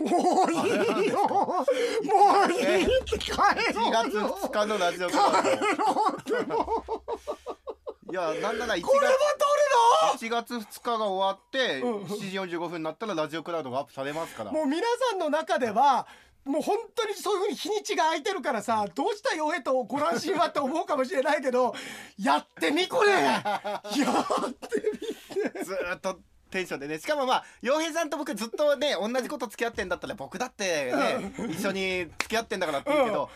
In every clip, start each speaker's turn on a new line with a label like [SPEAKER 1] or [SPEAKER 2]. [SPEAKER 1] もういいよもういいって帰ろ
[SPEAKER 2] 1
[SPEAKER 1] う
[SPEAKER 2] 月
[SPEAKER 1] よ
[SPEAKER 2] 2日のラジオ
[SPEAKER 1] 帰
[SPEAKER 2] カー
[SPEAKER 1] ろうってもう
[SPEAKER 2] ドいやなんなら1
[SPEAKER 1] これま
[SPEAKER 2] 月1月2日が終わって
[SPEAKER 1] うん
[SPEAKER 2] 7時45分になったらラジオクラウドがアップされますから
[SPEAKER 1] たもう皆さんの中ではもう本当にそういうふうに日にちが空いてるからさどうしたよえとご安心はって思うかもしれないけどやってみこれやって
[SPEAKER 2] ずーっとテンションでねしかもまあ洋平さんと僕ずっとね同じこと付き合ってんだったら僕だってね一緒に付き合ってんだからって言うけど、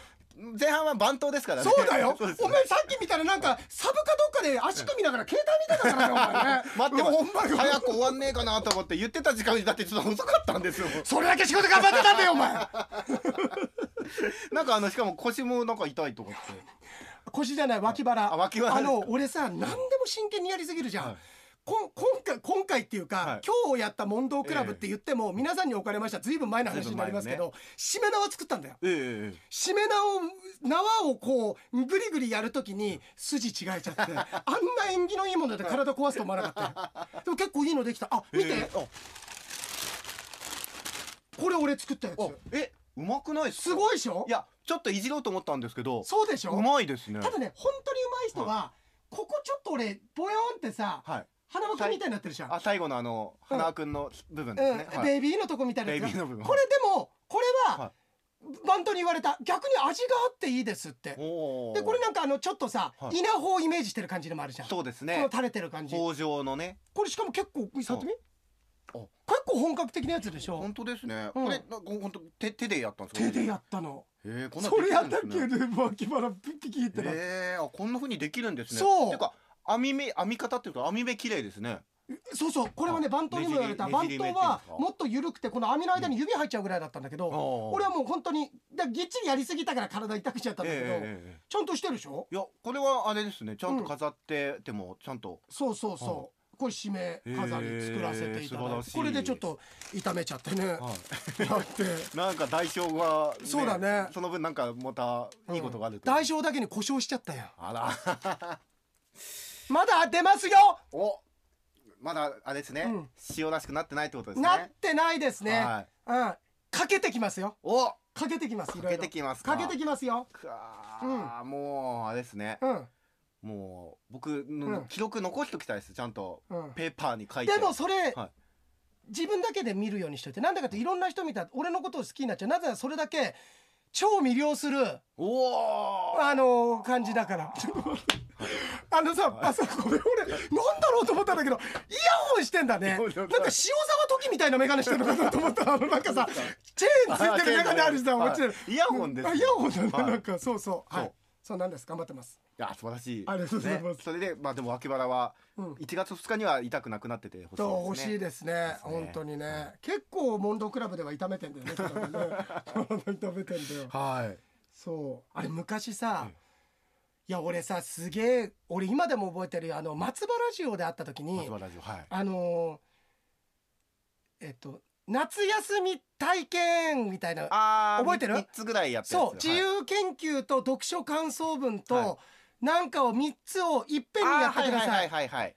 [SPEAKER 2] 前半は番頭ですから
[SPEAKER 1] み
[SPEAKER 2] ね
[SPEAKER 1] そうだよ
[SPEAKER 2] そうです
[SPEAKER 1] お前さっき見たらなんかサブかどっかで足首見ながら携帯見てたからねお前
[SPEAKER 2] 待
[SPEAKER 1] ね
[SPEAKER 2] って
[SPEAKER 1] ほん
[SPEAKER 2] ま
[SPEAKER 1] まに
[SPEAKER 2] 早く終わんねえかなと思って言ってた時間にだってちょっと遅かったんですよ
[SPEAKER 1] それだけ仕事頑張ってたんだよお前
[SPEAKER 2] なんかあのしかも腰もなんか痛いとかって
[SPEAKER 1] 腰じゃない脇腹
[SPEAKER 2] あ脇腹
[SPEAKER 1] あの俺さ何でも真剣にやりすぎるじゃん、
[SPEAKER 2] はい
[SPEAKER 1] こん今回今回っていうか、
[SPEAKER 2] はい
[SPEAKER 1] 今日やった問答クラブって言っても、皆さんにおかれましたずいぶん前の話になりますけど、しめ縄作ったんだよ
[SPEAKER 2] ええええ
[SPEAKER 1] しめ縄を縄をこうグリグリやるときに筋違えちゃってあんな縁起のいいもので体壊すと思わなか ったよでも結構いいのできたあ見て、
[SPEAKER 2] え
[SPEAKER 1] これ俺作ったや
[SPEAKER 2] ああ
[SPEAKER 1] つ
[SPEAKER 2] えうまくないっすか
[SPEAKER 1] すごいでしょ
[SPEAKER 2] いやちょっといじろうと思ったんですけど
[SPEAKER 1] そうでしょ
[SPEAKER 2] うまいですね
[SPEAKER 1] ただね本当に上手い人は、ここちょっと俺ボヨンってさ
[SPEAKER 2] はい
[SPEAKER 1] 花輪君みたいになってるじゃん
[SPEAKER 2] あ最後のあの
[SPEAKER 1] うん
[SPEAKER 2] 花輪君の部分ですね、
[SPEAKER 1] うん、
[SPEAKER 2] はい
[SPEAKER 1] ベイビーのとこみたいなやつ
[SPEAKER 2] ベイビーの部分
[SPEAKER 1] これでもこれは、
[SPEAKER 2] は
[SPEAKER 1] バントに言われた逆に味があっていいですって
[SPEAKER 2] おー
[SPEAKER 1] でこれなんかあのちょっとさ、
[SPEAKER 2] はい
[SPEAKER 1] 稲穂をイメージしてる感じでもあるじゃん、
[SPEAKER 2] そうです
[SPEAKER 1] この
[SPEAKER 2] ね
[SPEAKER 1] 垂れてる感じ
[SPEAKER 2] 工場のね
[SPEAKER 1] これしかも結構触ってみ
[SPEAKER 2] ああ
[SPEAKER 1] 結構本格的なやつでしょ
[SPEAKER 2] 本当ですね、
[SPEAKER 1] うん
[SPEAKER 2] これなんか本当手手でやったんですか
[SPEAKER 1] 手でやったの
[SPEAKER 2] えー、こんな
[SPEAKER 1] それやったっけ
[SPEAKER 2] ね、
[SPEAKER 1] で脇腹ピッピキってな、
[SPEAKER 2] えー、あこんな風にできるんですね
[SPEAKER 1] そう
[SPEAKER 2] ていうか編み目編み方っていうか編み目綺麗ですね
[SPEAKER 1] そうそうこれはね
[SPEAKER 2] あ
[SPEAKER 1] バントにも言われた
[SPEAKER 2] ね
[SPEAKER 1] バ
[SPEAKER 2] じ
[SPEAKER 1] ン
[SPEAKER 2] り
[SPEAKER 1] ト
[SPEAKER 2] ねじり目
[SPEAKER 1] は
[SPEAKER 2] っていうんですか
[SPEAKER 1] もっと緩くてこの網の間に指入っちゃうぐらいだったんだけど、
[SPEAKER 2] こ
[SPEAKER 1] これはもう本当にだぎっちりやりすぎたから体痛くしちゃったんだけど、
[SPEAKER 2] え
[SPEAKER 1] ちゃんとしてるでしょ
[SPEAKER 2] ーいやこれはあれですねちゃんと飾っててもちゃんと、
[SPEAKER 1] そうそうそう。これ締め飾り作らせていた
[SPEAKER 2] へ
[SPEAKER 1] だい
[SPEAKER 2] ー素晴ら
[SPEAKER 1] て、
[SPEAKER 2] しい
[SPEAKER 1] これでちょっと炒めちゃってね。や
[SPEAKER 2] はい
[SPEAKER 1] って。
[SPEAKER 2] なんか代償が、
[SPEAKER 1] そうだね
[SPEAKER 2] その分なんかまた いいことがあると、
[SPEAKER 1] 代償だけに故障しちゃったよ。
[SPEAKER 2] あ ら
[SPEAKER 1] まだ出ますよ。
[SPEAKER 2] おまだあれですね、
[SPEAKER 1] うん
[SPEAKER 2] 塩らしくなってないってことですね
[SPEAKER 1] なってないですね。
[SPEAKER 2] はい、
[SPEAKER 1] うん。かけてきますよ。
[SPEAKER 2] おか
[SPEAKER 1] かけてきます。いろい
[SPEAKER 2] け
[SPEAKER 1] ろ
[SPEAKER 2] てきます
[SPEAKER 1] かけてきますよ。
[SPEAKER 2] くわーもうあれですね
[SPEAKER 1] うん。
[SPEAKER 2] もう僕
[SPEAKER 1] う
[SPEAKER 2] の
[SPEAKER 1] ん
[SPEAKER 2] 記録残しときたいですちゃんと
[SPEAKER 1] うん。
[SPEAKER 2] ペーパーに書いて
[SPEAKER 1] でもそれ、
[SPEAKER 2] はい
[SPEAKER 1] 自分だけで見るようにしといてなんだかっていろんな人見たら俺のことを好きになっちゃうなぜならそれだけ超魅了する
[SPEAKER 2] おお
[SPEAKER 1] あの感じだ から。あのさ、あさこれ俺なんだろうと思ったんだけどイヤホンしてんだね。なんか塩沢時みたいなメガネしてるのかなと思 ったらあのなんかさチェーンついてるメガネあるじゃん。
[SPEAKER 2] は
[SPEAKER 1] 落
[SPEAKER 2] い
[SPEAKER 1] ちてる。
[SPEAKER 2] イヤホンです
[SPEAKER 1] あイヤホンだね。
[SPEAKER 2] はい
[SPEAKER 1] なんかそうそう。は
[SPEAKER 2] そ。
[SPEAKER 1] いうそうなんです。頑張ってます。
[SPEAKER 2] いや素晴らしい
[SPEAKER 1] ありがとうございます
[SPEAKER 2] ねそれでまあでも脇腹は
[SPEAKER 1] うん。
[SPEAKER 2] 1月2日には痛くなくなっててほしいですね
[SPEAKER 1] と欲しいですね。
[SPEAKER 2] そうですね
[SPEAKER 1] 本当にね。結構モンドクラブでは痛めてんだよね。多 分ね 痛めてんだよ。
[SPEAKER 2] はい
[SPEAKER 1] そうあれ昔さ、
[SPEAKER 2] うん
[SPEAKER 1] いや俺さすげえ俺今でも覚えてるよあの松葉ラジオで会った時
[SPEAKER 2] 松
[SPEAKER 1] に
[SPEAKER 2] 葉ラジオはい
[SPEAKER 1] あのーえっと夏休み体験みたいな
[SPEAKER 2] あー
[SPEAKER 1] 覚えてる
[SPEAKER 2] 3つぐらいやって
[SPEAKER 1] そう自由研究と読書感想文と、
[SPEAKER 2] は
[SPEAKER 1] なんかを3つをいっぺんにやってください、
[SPEAKER 2] はいはいはいはいはい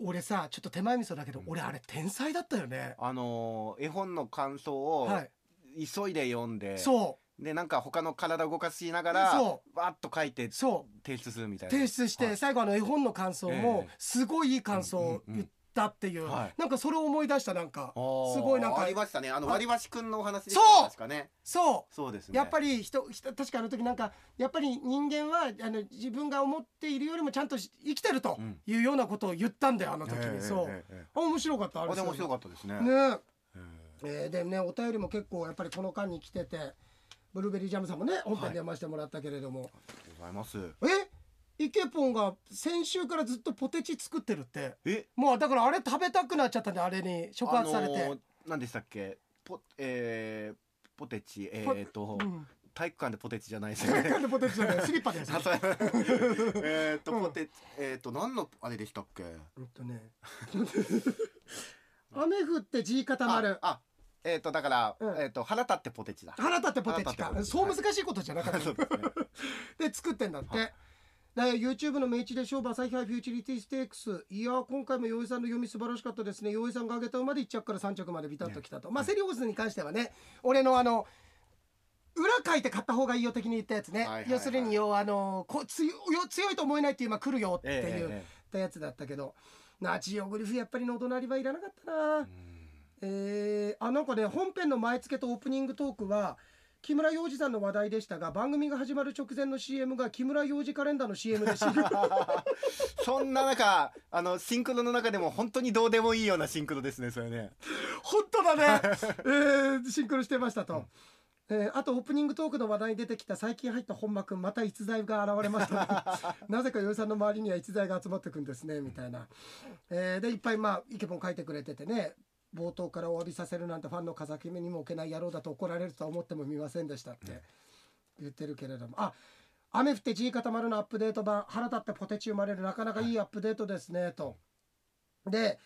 [SPEAKER 1] 俺さちょっと手前味噌だけど、
[SPEAKER 2] うん
[SPEAKER 1] 俺あれ天才だったよね
[SPEAKER 2] あのー絵本の感想を
[SPEAKER 1] はい
[SPEAKER 2] 急いで読んで
[SPEAKER 1] そ
[SPEAKER 2] でなんか他の体動かしながら
[SPEAKER 1] そ
[SPEAKER 2] わーっと書いて
[SPEAKER 1] うそう
[SPEAKER 2] 提出するみたいな
[SPEAKER 1] 提出して、
[SPEAKER 2] はい
[SPEAKER 1] 最後あの絵本の感想も
[SPEAKER 2] ええ
[SPEAKER 1] すごいいい感想を言ったっていう、
[SPEAKER 2] うんうんうんはい
[SPEAKER 1] なんかそれを思い出したなんか
[SPEAKER 2] あー
[SPEAKER 1] すごいなんか
[SPEAKER 2] ありましたねあの
[SPEAKER 1] あ
[SPEAKER 2] 割り箸くんのお話で
[SPEAKER 1] そう
[SPEAKER 2] 確かね
[SPEAKER 1] そ
[SPEAKER 2] そうです
[SPEAKER 1] う
[SPEAKER 2] ね
[SPEAKER 1] やっぱり人人確かあの時なんかやっぱり人間はあの自分が思っているよりもちゃんとし生きてると
[SPEAKER 2] うん
[SPEAKER 1] いうようなことを言ったんだよあの時に、そう、
[SPEAKER 2] えええええ
[SPEAKER 1] あ面白かった
[SPEAKER 2] え
[SPEAKER 1] あれ
[SPEAKER 2] あれ面白かったですね
[SPEAKER 1] ね
[SPEAKER 2] え
[SPEAKER 1] えーでねお便りも結構やっぱりこの間に来ててブルーベリージャムさんもね本編で読ませてもらったけれども、
[SPEAKER 2] えありがとうございます
[SPEAKER 1] えイケポンが先週からずっとポテチ作ってるって
[SPEAKER 2] え
[SPEAKER 1] もうだからあれ食べたくなっちゃったんであれに触発されて、
[SPEAKER 2] あのー何でしたっけポえーポテチえーっと
[SPEAKER 1] うん
[SPEAKER 2] 体育館でポテチじゃないですよ
[SPEAKER 1] 体育
[SPEAKER 2] ね
[SPEAKER 1] 館でポテチじゃないスリッパです
[SPEAKER 2] えーっと
[SPEAKER 1] うん
[SPEAKER 2] ポテチえーっと何のあれでしたっけ
[SPEAKER 1] うんとね雨降って地固まる
[SPEAKER 2] ああえーっとだから
[SPEAKER 1] うん
[SPEAKER 2] えーっと腹立ってポテチだ
[SPEAKER 1] 腹立ってポテチ
[SPEAKER 2] 腹
[SPEAKER 1] か
[SPEAKER 2] 立ってポテチ
[SPEAKER 1] そう難しいことじゃなかった
[SPEAKER 2] そうですね
[SPEAKER 1] で作ってんだって、
[SPEAKER 2] は
[SPEAKER 1] えー YouTube の明治で勝負朝日杯フューチュリティステークスいやー今回も洋井さんの読み素晴らしかったですね洋井さんが上げた馬で1着から3着までビタッときたと、まあセリオスに関してはね俺のあの裏書いて買った方がいいよ的に言ったやつね、
[SPEAKER 2] はいはいはい
[SPEAKER 1] 要するによあのこ強いよ強いと思えないっていう今来るよっていう、
[SPEAKER 2] えええええ
[SPEAKER 1] ったやつだったけどナチオグリフやっぱりのお隣はいらなかったな、えーあなんかね本編の前付けとオープニングトークは木村洋二さんの話題でしたが番組が始まる直前の CM が木村洋二カレンダーの CM でした
[SPEAKER 2] そんな中あのシンクロの中でも本当にどうでもいいようなシンクロですねそれね
[SPEAKER 1] 本当だね、えーシンクロしてましたと、えーあとオープニングトークの話題に出てきた最近入った本間君また逸材が現れましたなぜか余井さんの周りには逸材が集まってくんですねみたいな、えーでいっぱいまあイケボン書いてくれててね冒頭からお詫びさせるなんてファンの風邪にも置けない野郎だと怒られるとは思ってもみませんでしたって言ってるけれどもあ雨降って地固まるのアップデート版腹立ってポテチ生まれるなかなかいいアップデートですねとで、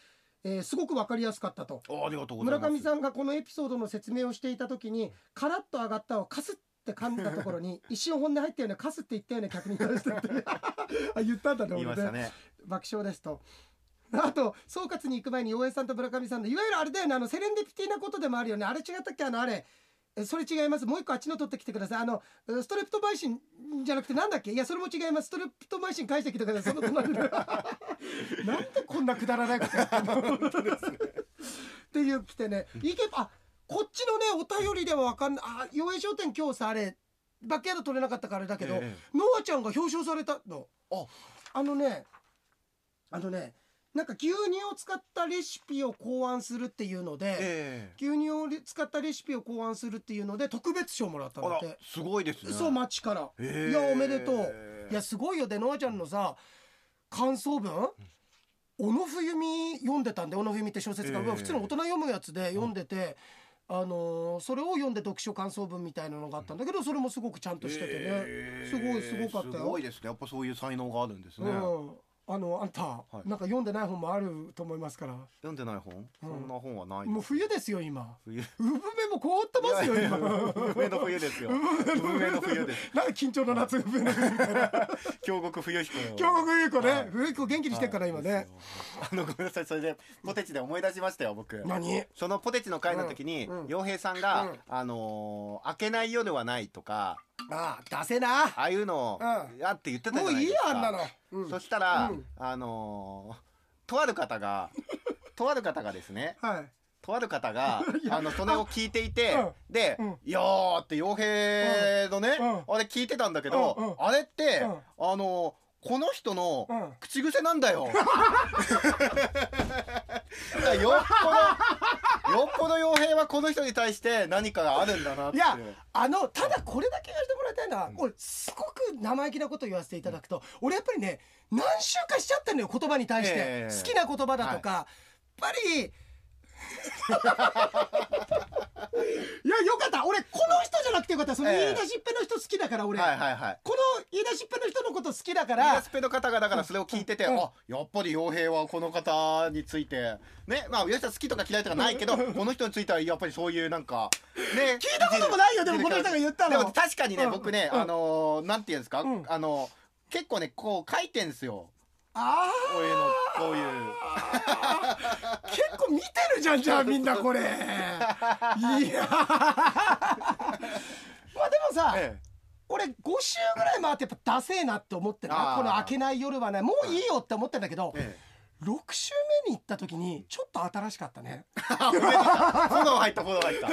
[SPEAKER 1] えーすごく分かりやすかったと
[SPEAKER 2] おありがとうござい
[SPEAKER 1] 村
[SPEAKER 2] ます
[SPEAKER 1] 上さんがこのエピソードの説明をしていた時に「カラッと上がった」を「カス」って噛んだところに一瞬本音入ったよね「カス」って言ったよね客に対してってあ言ったんだね
[SPEAKER 2] 言いま
[SPEAKER 1] 俺
[SPEAKER 2] した
[SPEAKER 1] ね
[SPEAKER 2] ね
[SPEAKER 1] 爆笑ですと。あと総括に行く前に大江さんと村上さんのいわゆるあれだよねあのセレンディピティなことでもあるよねあれ違ったっけあのあれえそれ違いますもう一個あっちの取ってきてくださいあのストレプトバイシンじゃなくてなんだっけいやそれも違いますストレプトバイシン返してきてくださいその 隣でなんでこんなくだらないことやってん のっていう来てねいけばあこっちのねお便りではわかんないあ洋江商店今日さあれバックヤード取れなかったからあれだけど、
[SPEAKER 2] ええ
[SPEAKER 1] ノアちゃんが表彰されたの
[SPEAKER 2] あ
[SPEAKER 1] あのねあのねなんか牛乳を使ったレシピを考案するっていうので、
[SPEAKER 2] ええ
[SPEAKER 1] 牛乳を使ったレシピを考案するっていうので特別賞もらった
[SPEAKER 2] あ
[SPEAKER 1] の
[SPEAKER 2] ら
[SPEAKER 1] って
[SPEAKER 2] すごいですね
[SPEAKER 1] そう町から、
[SPEAKER 2] ええ
[SPEAKER 1] いやおめでとういやすごいよでノアちゃんのさ感想文小野冬美読んでたんで小野冬美って小説家、
[SPEAKER 2] ええ
[SPEAKER 1] まあ普通の大人読むやつで読んでて、あのーそれを読んで読書感想文みたいなのがあったんだけどそれもすごくちゃんとしててね、
[SPEAKER 2] え
[SPEAKER 1] す
[SPEAKER 2] え
[SPEAKER 1] ごいすごかったよ。
[SPEAKER 2] すごいですねやっぱそういう才能があるんですね、
[SPEAKER 1] うん、あのあんた、
[SPEAKER 2] い
[SPEAKER 1] なんか読んでない本もあると思いますから
[SPEAKER 2] 読んでない本そんな本はないです
[SPEAKER 1] もう冬ですよ今
[SPEAKER 2] 冬
[SPEAKER 1] 産めも凍ってますよ今
[SPEAKER 2] 運命の冬ですよ運命の冬です
[SPEAKER 1] なんか緊張の夏産めの
[SPEAKER 2] 京極冬彦の
[SPEAKER 1] 京極優子ね、
[SPEAKER 2] はい
[SPEAKER 1] 冬子元気にしてっから
[SPEAKER 2] はい
[SPEAKER 1] 今ね、
[SPEAKER 2] あのごめんなさいそれでポテチで思い出しましたよ僕
[SPEAKER 1] 何
[SPEAKER 2] そのポテチの回の時に
[SPEAKER 1] うんうん
[SPEAKER 2] 洋平さんが
[SPEAKER 1] うん
[SPEAKER 2] 「あのー開けない夜はない」とか
[SPEAKER 1] ああ出せな
[SPEAKER 2] ああいうのを
[SPEAKER 1] うん
[SPEAKER 2] やって言ってたじゃ
[SPEAKER 1] もう
[SPEAKER 2] ない
[SPEAKER 1] い
[SPEAKER 2] い
[SPEAKER 1] い
[SPEAKER 2] で
[SPEAKER 1] よ
[SPEAKER 2] すか
[SPEAKER 1] あんなの、うん
[SPEAKER 2] そしたら
[SPEAKER 1] うん
[SPEAKER 2] あのーとある方がとある方がですね
[SPEAKER 1] はい
[SPEAKER 2] とある 方があのそれを聞いていて
[SPEAKER 1] うん
[SPEAKER 2] で
[SPEAKER 1] うん
[SPEAKER 2] 「いやー」って傭兵のね
[SPEAKER 1] う
[SPEAKER 2] あれ聞いてたんだけ
[SPEAKER 1] うんうん
[SPEAKER 2] どあれって
[SPEAKER 1] うん
[SPEAKER 2] あのこの人の
[SPEAKER 1] うん
[SPEAKER 2] 口癖なんだよ。 だからよっぽどよっぽど傭兵はこの人に対して何かがあるんだなって
[SPEAKER 1] いやあのただこれだけ言わせてもらいたいのは、俺すごく生意気なこと言わせていただくと、俺やっぱりね何周かしちゃってんのよ言葉に対して、
[SPEAKER 2] ええ
[SPEAKER 1] 好きな言葉だとか、やっぱり いやよかった俺この人じゃなくてよかったその
[SPEAKER 2] ええ
[SPEAKER 1] 言い出しっぺの人好きだから俺、
[SPEAKER 2] はいはいはい。
[SPEAKER 1] この言い出しっぺの人のこと好きだか
[SPEAKER 2] イラ
[SPEAKER 1] ら
[SPEAKER 2] スペの方がだからそれを聞いてて、
[SPEAKER 1] うん
[SPEAKER 2] あやっぱり傭兵はこの方についてねまあ吉田好きとか嫌いとかないけどこの人についてはやっぱりそういうなんかね
[SPEAKER 1] 聞いたこともないよでもこの人が言ったの
[SPEAKER 2] でも確かにね、
[SPEAKER 1] うん
[SPEAKER 2] 僕ね、
[SPEAKER 1] うん
[SPEAKER 2] あのーなんていうんですか、
[SPEAKER 1] うん
[SPEAKER 2] あのー結構ねこう書いてんすよ
[SPEAKER 1] ああ
[SPEAKER 2] こういうのこういう
[SPEAKER 1] 結構見てるじゃんじゃあみんな これいや まあでもさ、
[SPEAKER 2] え
[SPEAKER 1] 俺5週ぐらい回ってやっぱダセえなって思ってるな
[SPEAKER 2] あー
[SPEAKER 1] この「明けない夜はねもういいよ」って思ってんだけど、
[SPEAKER 2] ええ
[SPEAKER 1] 6週目に行った時にちょっと新しかったね
[SPEAKER 2] えあごめんなさいフォロー入ったフォロー 入った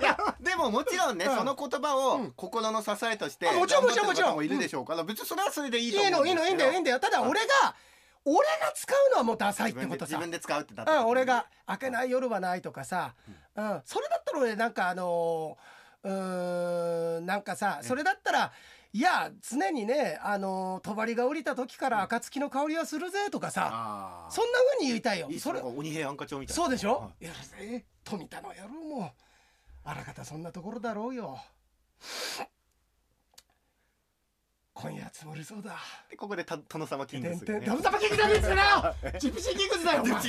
[SPEAKER 2] いやでももちろんね、
[SPEAKER 1] うん
[SPEAKER 2] その言葉を心の支えとして
[SPEAKER 1] あもちろんもちろんもちろん
[SPEAKER 2] 頑張ってる方もいるでしょうから、別にそれはそれでい
[SPEAKER 1] い
[SPEAKER 2] いと思
[SPEAKER 1] いの
[SPEAKER 2] う
[SPEAKER 1] いいのいいんだよいいん
[SPEAKER 2] だよ
[SPEAKER 1] だよただ俺が俺が使うのはもうダサいっ
[SPEAKER 2] 自
[SPEAKER 1] て
[SPEAKER 2] 分
[SPEAKER 1] こ
[SPEAKER 2] で
[SPEAKER 1] と
[SPEAKER 2] 自
[SPEAKER 1] さ
[SPEAKER 2] 分で使うってなった時
[SPEAKER 1] う
[SPEAKER 2] に
[SPEAKER 1] ん、俺が「明けない夜はない」とかさ、うんそれだったら俺なんかあのーうーんなんかさそれだったら「いや常にねあのー、帳が降りた時から暁の香りはするぜ」とかさ、
[SPEAKER 2] あー
[SPEAKER 1] そんな風に言いたいよ
[SPEAKER 2] いいっす
[SPEAKER 1] そ
[SPEAKER 2] ね
[SPEAKER 1] れ
[SPEAKER 2] 鬼平安家帳みたいな
[SPEAKER 1] そうでしょ、、
[SPEAKER 2] はい
[SPEAKER 1] やるぜ富田の野郎もあらかたそんなところだろうよ今夜積もりそうだ。
[SPEAKER 2] でここでた殿様キング
[SPEAKER 1] てん
[SPEAKER 2] ス
[SPEAKER 1] て
[SPEAKER 2] が
[SPEAKER 1] ん、
[SPEAKER 2] ね
[SPEAKER 1] ダムダムキングダムキングだよ。ジプシーキングスだよ。お前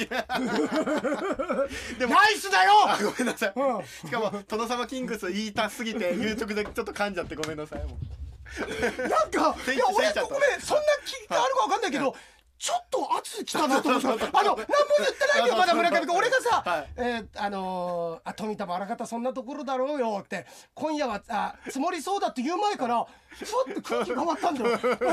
[SPEAKER 2] でも
[SPEAKER 1] ナイスだよ。
[SPEAKER 2] あごめんなさい
[SPEAKER 1] うん
[SPEAKER 2] しかも殿様キングス言いたすぎて言う直前ちょっと噛んじゃってごめんなさいもう
[SPEAKER 1] なんか
[SPEAKER 2] 選
[SPEAKER 1] いや俺
[SPEAKER 2] 選手だった
[SPEAKER 1] ごめんそんな気があるかわかんないけどちょっと圧きたなと思ったあの何も言ってないけどまだ村上君俺がさ、
[SPEAKER 2] はい
[SPEAKER 1] えーあのーあ富田もあらかたそんなところだろうよって今夜はあ積もりそうだって言う前からふわって空気変わったんだよあれど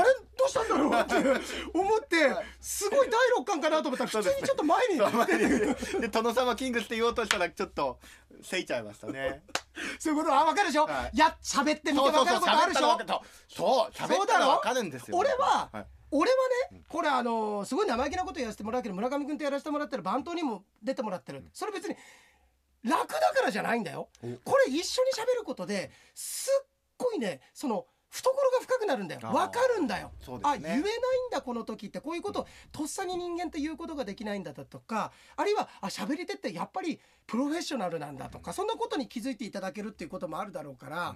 [SPEAKER 1] うしたんだろうって思ってすごい第六感かなと思ったら普通にちょっと前に
[SPEAKER 2] 前にで殿様キングスって言おうとしたらちょっとせいちゃいましたね
[SPEAKER 1] そういうことはあ分かるでしょ、
[SPEAKER 2] はい
[SPEAKER 1] いや喋ってみて分かることあるでしょ
[SPEAKER 2] そう喋
[SPEAKER 1] そ
[SPEAKER 2] っ
[SPEAKER 1] うだ
[SPEAKER 2] たら
[SPEAKER 1] ろ
[SPEAKER 2] わかるんですよ
[SPEAKER 1] 俺は、
[SPEAKER 2] はい
[SPEAKER 1] 俺はねこれあのーすごい生意気なことやらせてもらうけど村上君とやらせてもらってる番頭にも出てもらってるそれ別に楽だからじゃないんだよこれ一緒に喋ることですっごいねその懐が深くなるんだよ
[SPEAKER 2] あー
[SPEAKER 1] 分かるんだよ
[SPEAKER 2] そうです
[SPEAKER 1] あ
[SPEAKER 2] ね
[SPEAKER 1] 言えないんだこの時ってこういうことをとっさに人間って言うことができないんだだとかあるいはあ喋り手ってやっぱりプロフェッショナルなんだとかそんなことに気づいていただけるっていうこともあるだろうから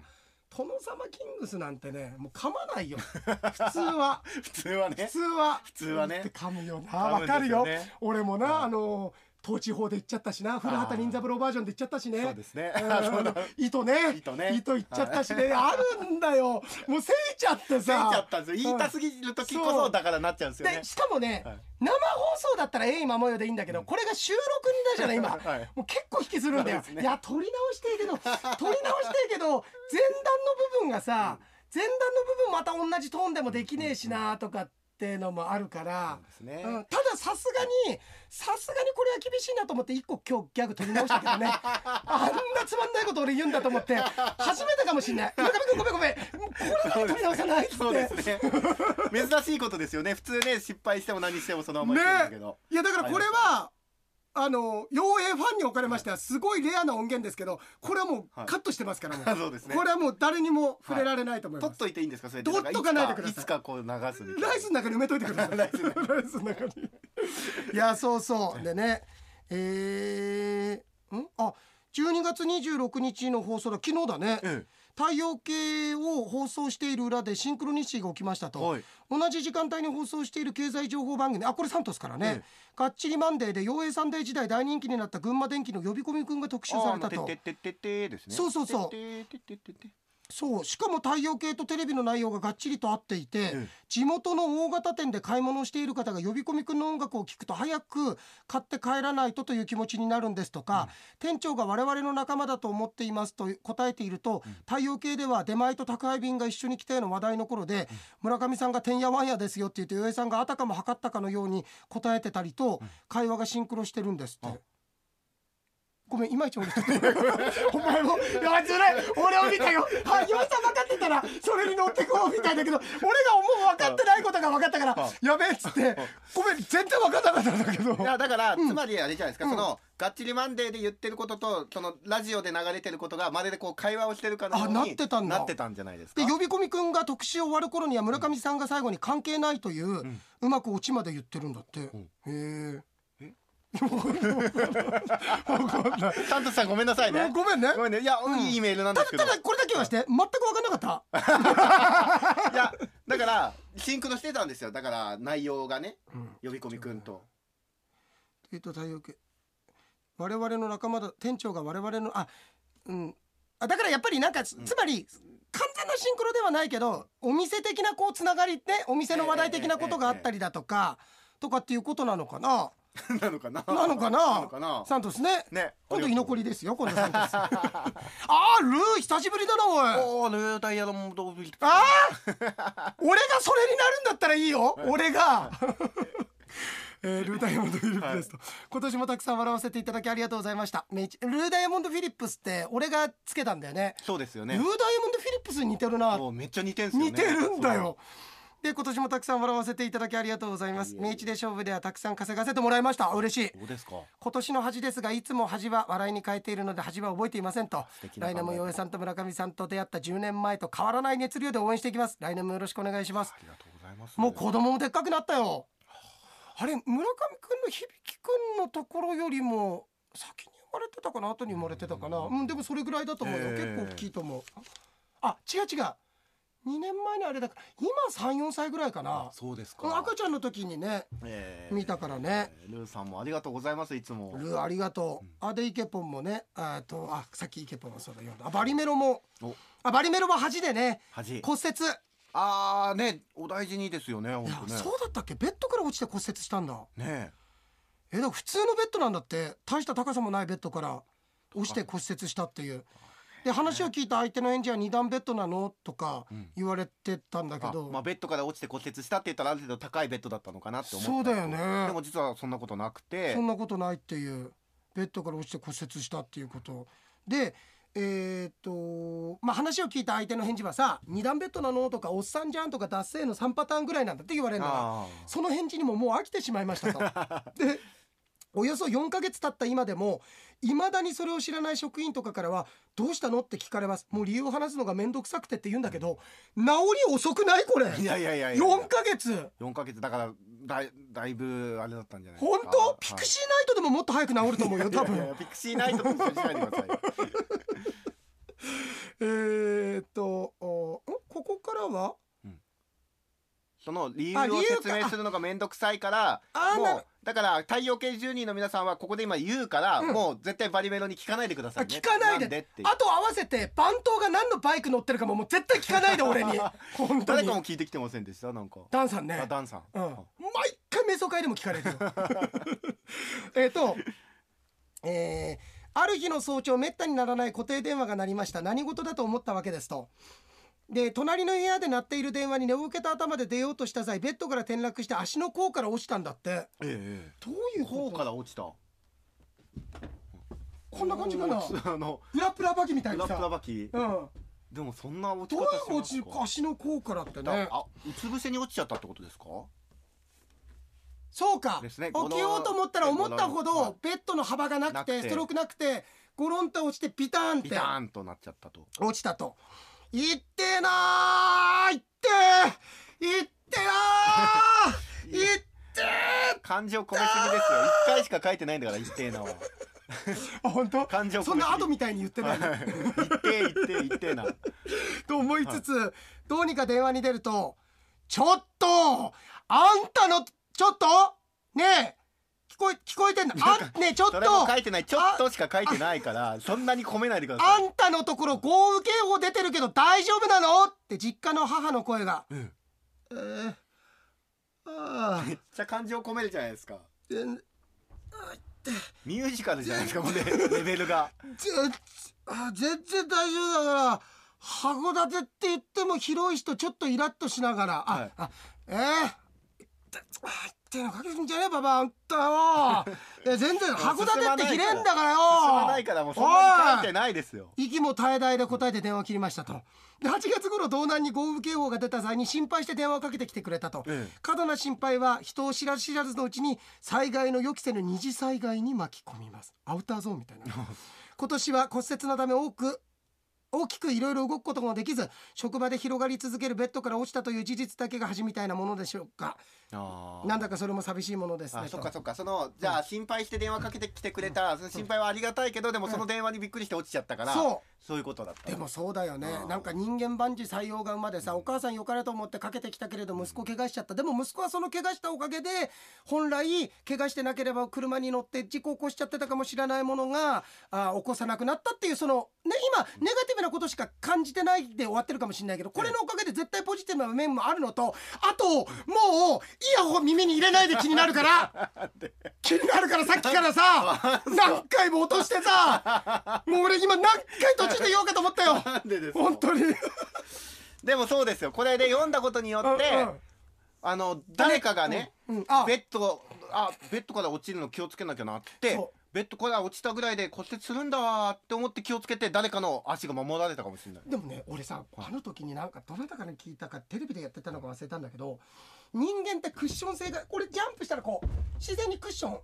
[SPEAKER 1] 殿様キングスなんてねもう噛ま ないよ普通は
[SPEAKER 2] 普通は
[SPEAKER 1] 普
[SPEAKER 2] ね
[SPEAKER 1] 通は普
[SPEAKER 2] 通はね
[SPEAKER 1] 噛むよな
[SPEAKER 2] 噛む
[SPEAKER 1] わ
[SPEAKER 2] んです
[SPEAKER 1] か
[SPEAKER 2] よ
[SPEAKER 1] る
[SPEAKER 2] ね
[SPEAKER 1] よ俺もな
[SPEAKER 2] うん
[SPEAKER 1] あの統治法で言っちゃったしな古畑任三郎バージョンで言っちゃったしね
[SPEAKER 2] そうですね
[SPEAKER 1] うんあの糸ね
[SPEAKER 2] 糸ね
[SPEAKER 1] 糸いっちゃったしねあるんだよもうせいちゃって
[SPEAKER 2] せいちゃ
[SPEAKER 1] さ
[SPEAKER 2] ったんですよ言いたすぎる時こそだからなっちゃうんですよね
[SPEAKER 1] でしかもね
[SPEAKER 2] はい
[SPEAKER 1] 生放送だったら「えいまもよ」でいいんだけどこれが収録になるじゃない今
[SPEAKER 2] はい
[SPEAKER 1] もう結構引きずるんだよ
[SPEAKER 2] そうです。ね
[SPEAKER 1] いや取り直していいけど 取り直していいけど前段の部分がさ、前段の部分また同じトーンでもできねえしなとかっていうのもあるから。
[SPEAKER 2] です
[SPEAKER 1] う
[SPEAKER 2] ね
[SPEAKER 1] ん、たださすがにさすがにこれは厳しいなと思って一個今日ギャグ取り直したけ どねあんなつまんないこと俺言うんだと思って初めてかもしんない村上君ごめんごめんこれだけ取り直さないっつって
[SPEAKER 2] そうですね珍しいことですよね普通ね失敗しても何してもそのまま行くんだけど、
[SPEAKER 1] いやだからこれはあの洋平ファンにおかれましてはすごいレアな音源ですけどこれはも
[SPEAKER 2] は
[SPEAKER 1] う
[SPEAKER 2] い
[SPEAKER 1] カットしてますからもう、
[SPEAKER 2] そうですね
[SPEAKER 1] これはもう誰にも触れられないと思いま
[SPEAKER 2] 取っ
[SPEAKER 1] す、
[SPEAKER 2] といていいんですかそれ
[SPEAKER 1] 取っとかないでください
[SPEAKER 2] いつかこう流すみたいな
[SPEAKER 1] ライスの中に埋めといてく ださいライスの中にいやそうそうでねえー、んあ12月26日の放送だ昨日だね、
[SPEAKER 2] うん
[SPEAKER 1] 太陽系を放送している裏でシンクロニシティが起きましたと、
[SPEAKER 2] はい
[SPEAKER 1] 同じ時間帯に放送している経済情報番組あこれサントスからね「
[SPEAKER 2] ええ
[SPEAKER 1] がっちりマンデー」で「妖艶サンデー」時代大人気になった群馬電機の呼び込み君が特集された
[SPEAKER 2] あ
[SPEAKER 1] と
[SPEAKER 2] てってってってですね
[SPEAKER 1] そうそうそう
[SPEAKER 2] てってってってって
[SPEAKER 1] そうしかも太陽系とテレビの内容ががっちりと合っていて、
[SPEAKER 2] ええ
[SPEAKER 1] 地元の大型店で買い物をしている方が呼び込み君の音楽を聴くと早く買って帰らないとという気持ちになるんですとか、店長が我々の仲間だと思っていますと答えていると、太陽系では出前と宅配便が一緒に来たような話題の頃で、村上さんが「てんやわんやですよ」って言って上江さんがあたかも測ったかのように答えてたりと、会話がシンクロしてるんですって。ごめん、いまいち俺ちょっとお前も、いや、ずるい俺を見たよはい、よさん分かってたら、それに乗ってこうみたいだけど、俺がもう分かってないことが分かったから
[SPEAKER 2] あ、
[SPEAKER 1] やべえっつって、ごめん、全然分かんなかったんだけど
[SPEAKER 2] い。やだから、つまりあれじゃないですか、
[SPEAKER 1] うん
[SPEAKER 2] その「がっちりマンデー」で言ってることとそのラジオで流れてることがまるでこう会話をしてるかのように
[SPEAKER 1] あなってたんだ
[SPEAKER 2] なってたんじゃないですか
[SPEAKER 1] で、呼び込みくんが特集終わる頃には村上さんが最後に関係ないという、うまくオチまで言ってるんだって。へえ。
[SPEAKER 2] ちゃんとさんごめんなさいね
[SPEAKER 1] ごめんね。
[SPEAKER 2] ごめんねいや、
[SPEAKER 1] ん
[SPEAKER 2] いいメールなん
[SPEAKER 1] ただ、
[SPEAKER 2] ですけど
[SPEAKER 1] ただ、これだけはして、全く分かんなかった。
[SPEAKER 2] いやだからシンクロしてたんですよだから内容がね、呼び込みくんと
[SPEAKER 1] えっと太陽系我々の仲間だ店長が我々のあうんあだからやっぱりなんかつつまり完全なシンクロではないけどお店的なこうつながりってお店の話題的なことがあったりだとか、とかっていうことなのかな
[SPEAKER 2] なのかな
[SPEAKER 1] なのかな
[SPEAKER 2] のかな
[SPEAKER 1] サントスね
[SPEAKER 2] ね
[SPEAKER 1] 今度居残りですよ今度サン トスあールー久しぶりだなおい
[SPEAKER 2] おおヌータイヤのもどう
[SPEAKER 1] ああ俺がそれになるんだったらいいよ俺が えールーダイヤモンドフィリップですと、今年もたくさん笑わせていただきありがとうございましためいちルーダイヤモンドフィリップスって俺がつけたんだよね
[SPEAKER 2] そうですよ
[SPEAKER 1] ルー
[SPEAKER 2] ね
[SPEAKER 1] ダイヤモンドフィリップスに似てるな
[SPEAKER 2] もうめっちゃ似てんすよね
[SPEAKER 1] 似てるんだよで今年もたくさん笑わせていただきありがとうございます
[SPEAKER 2] いえいえ
[SPEAKER 1] 明治で勝負ではたくさん稼がせてもらいました嬉しい
[SPEAKER 2] そうですか
[SPEAKER 1] 今年の恥ですがいつも恥は笑いに変えているので恥は覚えていませんと
[SPEAKER 2] 敵な考え
[SPEAKER 1] 来
[SPEAKER 2] 方
[SPEAKER 1] 年も洋江さんと村上さんと出会った10年前と変わらない熱量で応援していきます来年もよろしくお願いします
[SPEAKER 2] ありがとうございます
[SPEAKER 1] もう子供もでっかくなったよあれ村上くんの響くんのところよりも先に生まれてたかな後に生まれてたかなうんでもそれぐらいだと思うよ
[SPEAKER 2] ええ
[SPEAKER 1] 結構大きいと思うあ違う違う2年前にあれだから今34歳ぐらいかな
[SPEAKER 2] そうですか
[SPEAKER 1] 赤ちゃんの時にね
[SPEAKER 2] えー
[SPEAKER 1] 見たからね
[SPEAKER 2] ルーさんもありがとうございますいつも
[SPEAKER 1] ルーありがとう、あでイケポンもねあとあさっきイケポンもそうだ読んだあバリメロも
[SPEAKER 2] お
[SPEAKER 1] あバリメロも恥でね
[SPEAKER 2] 恥
[SPEAKER 1] 骨折
[SPEAKER 2] あーねお大事にですよね
[SPEAKER 1] い
[SPEAKER 2] 本
[SPEAKER 1] や
[SPEAKER 2] 当ね
[SPEAKER 1] そうだったっけベッドから落ちて骨折したんだ
[SPEAKER 2] ね
[SPEAKER 1] えだから普通のベッドなんだって大した高さもないベッドから落ちて骨折したっていうで話を聞いた相手の演者は二段ベッドなのとか
[SPEAKER 2] ん
[SPEAKER 1] 言われてたんだけ
[SPEAKER 2] あ
[SPEAKER 1] ど、
[SPEAKER 2] まあ、ベッドから落ちて骨折したって言ったらある程度高いベッドだったのかなって思った
[SPEAKER 1] そうだよ
[SPEAKER 2] で
[SPEAKER 1] ね
[SPEAKER 2] も実はそんなことなくて
[SPEAKER 1] そんなことないっていうベッドから落ちて骨折したっていうことでえーっとまあ話を聞いた相手の返事はさ「二段ベッドなの?」とか「おっさんじゃん」とか「脱せの3パターンぐらいなんだって言われるんだな
[SPEAKER 2] あ
[SPEAKER 1] その返事にももう飽きてしまいま したと。でおよそ4ヶ月経った今でもいまだにそれを知らない職員とかからは「どうしたの?」って聞かれますもう理由を話すのが面倒くさくてって言うんだけど治り遅くないこれ
[SPEAKER 2] ーい やいやいやいや
[SPEAKER 1] 4ヶ月
[SPEAKER 2] 4ヶ月だからだいだいぶあれだったんじゃないです
[SPEAKER 1] 本
[SPEAKER 2] か
[SPEAKER 1] 当ピクシーナイトでももっと早く治ると思うよ多
[SPEAKER 2] はいいやいや
[SPEAKER 1] 分
[SPEAKER 2] ピクシーナイトと一緒にしないでくだ さい
[SPEAKER 1] えーっとおんここからは
[SPEAKER 2] その理
[SPEAKER 1] あ
[SPEAKER 2] 由
[SPEAKER 1] 理
[SPEAKER 2] を
[SPEAKER 1] 由か
[SPEAKER 2] 説明するのが面倒くさいから
[SPEAKER 1] あーな
[SPEAKER 2] もうだから太陽系住人の皆さんはここで今言うから、
[SPEAKER 1] うん
[SPEAKER 2] もう絶対バリメロに聞かないでください、ね、
[SPEAKER 1] 聞かないで
[SPEAKER 2] んでっていう
[SPEAKER 1] あと合わせて番頭が何のバイク乗ってるかももう絶対聞かないで俺 に本当
[SPEAKER 2] 誰
[SPEAKER 1] に
[SPEAKER 2] かも聞いてきてませんでしたなんか
[SPEAKER 1] ダンさんね
[SPEAKER 2] あダンさん、
[SPEAKER 1] うん、
[SPEAKER 2] あ
[SPEAKER 1] 毎回瞑想会でも聞かれるよ えっとえーある日の早朝めったにならない固定電話が鳴りました何事だと思ったわけですとで隣の部屋で鳴っている電話に寝ぼけた頭で出ようとした際ベッドから転落して足の甲から落ちたんだって
[SPEAKER 2] ええ
[SPEAKER 1] どういう
[SPEAKER 2] こ
[SPEAKER 1] こ
[SPEAKER 2] うから落ちたこ
[SPEAKER 1] こんな感じか な
[SPEAKER 2] あの
[SPEAKER 1] フラプラバキみたい
[SPEAKER 2] ラ
[SPEAKER 1] に
[SPEAKER 2] ップラ
[SPEAKER 1] さ
[SPEAKER 2] バキ
[SPEAKER 1] うん
[SPEAKER 2] でもそんな落ち
[SPEAKER 1] どう
[SPEAKER 2] 方
[SPEAKER 1] い
[SPEAKER 2] し
[SPEAKER 1] う落
[SPEAKER 2] ます
[SPEAKER 1] ち
[SPEAKER 2] か
[SPEAKER 1] 足の甲からって
[SPEAKER 2] だ
[SPEAKER 1] ね
[SPEAKER 2] あうつ伏せに落ちちゃったってことですか
[SPEAKER 1] そうか、
[SPEAKER 2] ですね
[SPEAKER 1] 起きようと思ったら思ったほ
[SPEAKER 2] ゴロン
[SPEAKER 1] どベッドの幅がなくて
[SPEAKER 2] なくて
[SPEAKER 1] ストロークなくてゴロンと落ちてピターンっ
[SPEAKER 2] ビ
[SPEAKER 1] て
[SPEAKER 2] ターンとなっちゃったと
[SPEAKER 1] 落ちたと「いってえなーいってえいってえ なーいってえ
[SPEAKER 2] 漢字を込めすぎですよ一回しか書いてないんだから一定なは
[SPEAKER 1] あ本当
[SPEAKER 2] 感情込めすぎ
[SPEAKER 1] そんなアドみたいに言ってない、
[SPEAKER 2] はい一定一定一定な
[SPEAKER 1] と思いつつ、どうにか電話に出ると「ちょっとあんたのちょっとねえ聞こえ聞こえてんのあんねえちょっ
[SPEAKER 2] それも
[SPEAKER 1] と
[SPEAKER 2] 書いてないちょっとしか書いてないからそんなに込めないでくだ
[SPEAKER 1] あ
[SPEAKER 2] さい
[SPEAKER 1] んたのところ豪雨警報出てるけど大丈夫なの?」って実家の母の声が
[SPEAKER 2] うん
[SPEAKER 1] 「えー、あ
[SPEAKER 2] め
[SPEAKER 1] ー
[SPEAKER 2] っちゃ感情込めるじゃないですか
[SPEAKER 1] 全
[SPEAKER 2] ミュージカルじゃないですかもうねレベルが
[SPEAKER 1] 全あ全然大丈夫だから函館って言っても広い人ちょっとイラッとしながら「あ、
[SPEAKER 2] はい
[SPEAKER 1] あえー、だあってのかけすんじゃねえババアあん たよいや全然函館ってひれんだからよ
[SPEAKER 2] 進まないからもうそんなに書いてないですよ
[SPEAKER 1] 息も絶え絶えで答えて電話を切りましたとで8月頃道南に豪雨警報が出た際に心配して電話をかけてきてくれたと、
[SPEAKER 2] ええ
[SPEAKER 1] 過度な心配は人を知らず知らずのうちに災害の予期せぬ二次災害に巻き込みますアウターゾーンみたい な今年は骨折のため多く大きくいろいろ動くこともできず職場で広がり続けるベッドから落ちたという事実だけが恥みたいなものでしょうか
[SPEAKER 2] あー
[SPEAKER 1] なんだかそれも寂しいものですね
[SPEAKER 2] あそ
[SPEAKER 1] と
[SPEAKER 2] っかそっかそのじゃあ心配して電話かけてきてくれたその心配はありがたいけどでもその電話にびっくりして落ちちゃったから
[SPEAKER 1] そう
[SPEAKER 2] そういうことだった
[SPEAKER 1] でもそうだよね
[SPEAKER 2] うん
[SPEAKER 1] なんか人間万事採用が馬でさお母さんよかれと思ってかけてきたけれど息子怪我しちゃったでも息子はその怪我したおかげで本来怪我してなければ車に乗って事故を起こしちゃってたかもしれないものがあー起こさなくなったっていうそのね今ネガティブなことしか感じてないで終わってるかもしれないけどこれのおかげで絶対ポジティブな面もあるのとあともうイヤホン耳に入れないで気になる から気になるからさっきからさ何回も落としてさもう俺今何回途中で言おうかと思った よ
[SPEAKER 2] なんでですか
[SPEAKER 1] 本当に
[SPEAKER 2] でもそうですよこれで読んだことによってあの誰かがね
[SPEAKER 1] うんうんあ
[SPEAKER 2] ベッドあベッドから落ちるの気をつけなきゃなって
[SPEAKER 1] そう
[SPEAKER 2] ベッドから落ちたぐらいで骨折するんだわーって思って気をつけて誰かの足が守られたかもしれない
[SPEAKER 1] でもね俺さあの時になんかどなたかに聞いたかテレビでやってたのか忘れたんだけど人間ってクッション性がこれジャンプしたらこう自然にクッション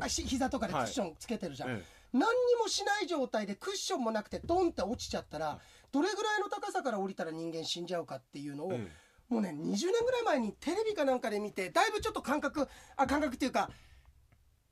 [SPEAKER 1] あし膝とかでクッションつけてるじゃん、
[SPEAKER 2] ええ
[SPEAKER 1] 何にもしない状態でクッションもなくてドンって落ちちゃったらどれぐらいの高さから降りたら人間死んじゃうかっていうのを、
[SPEAKER 2] え
[SPEAKER 1] もうね20年ぐらい前にテレビかなんかで見てだいぶちょっと感覚あ感覚っていうか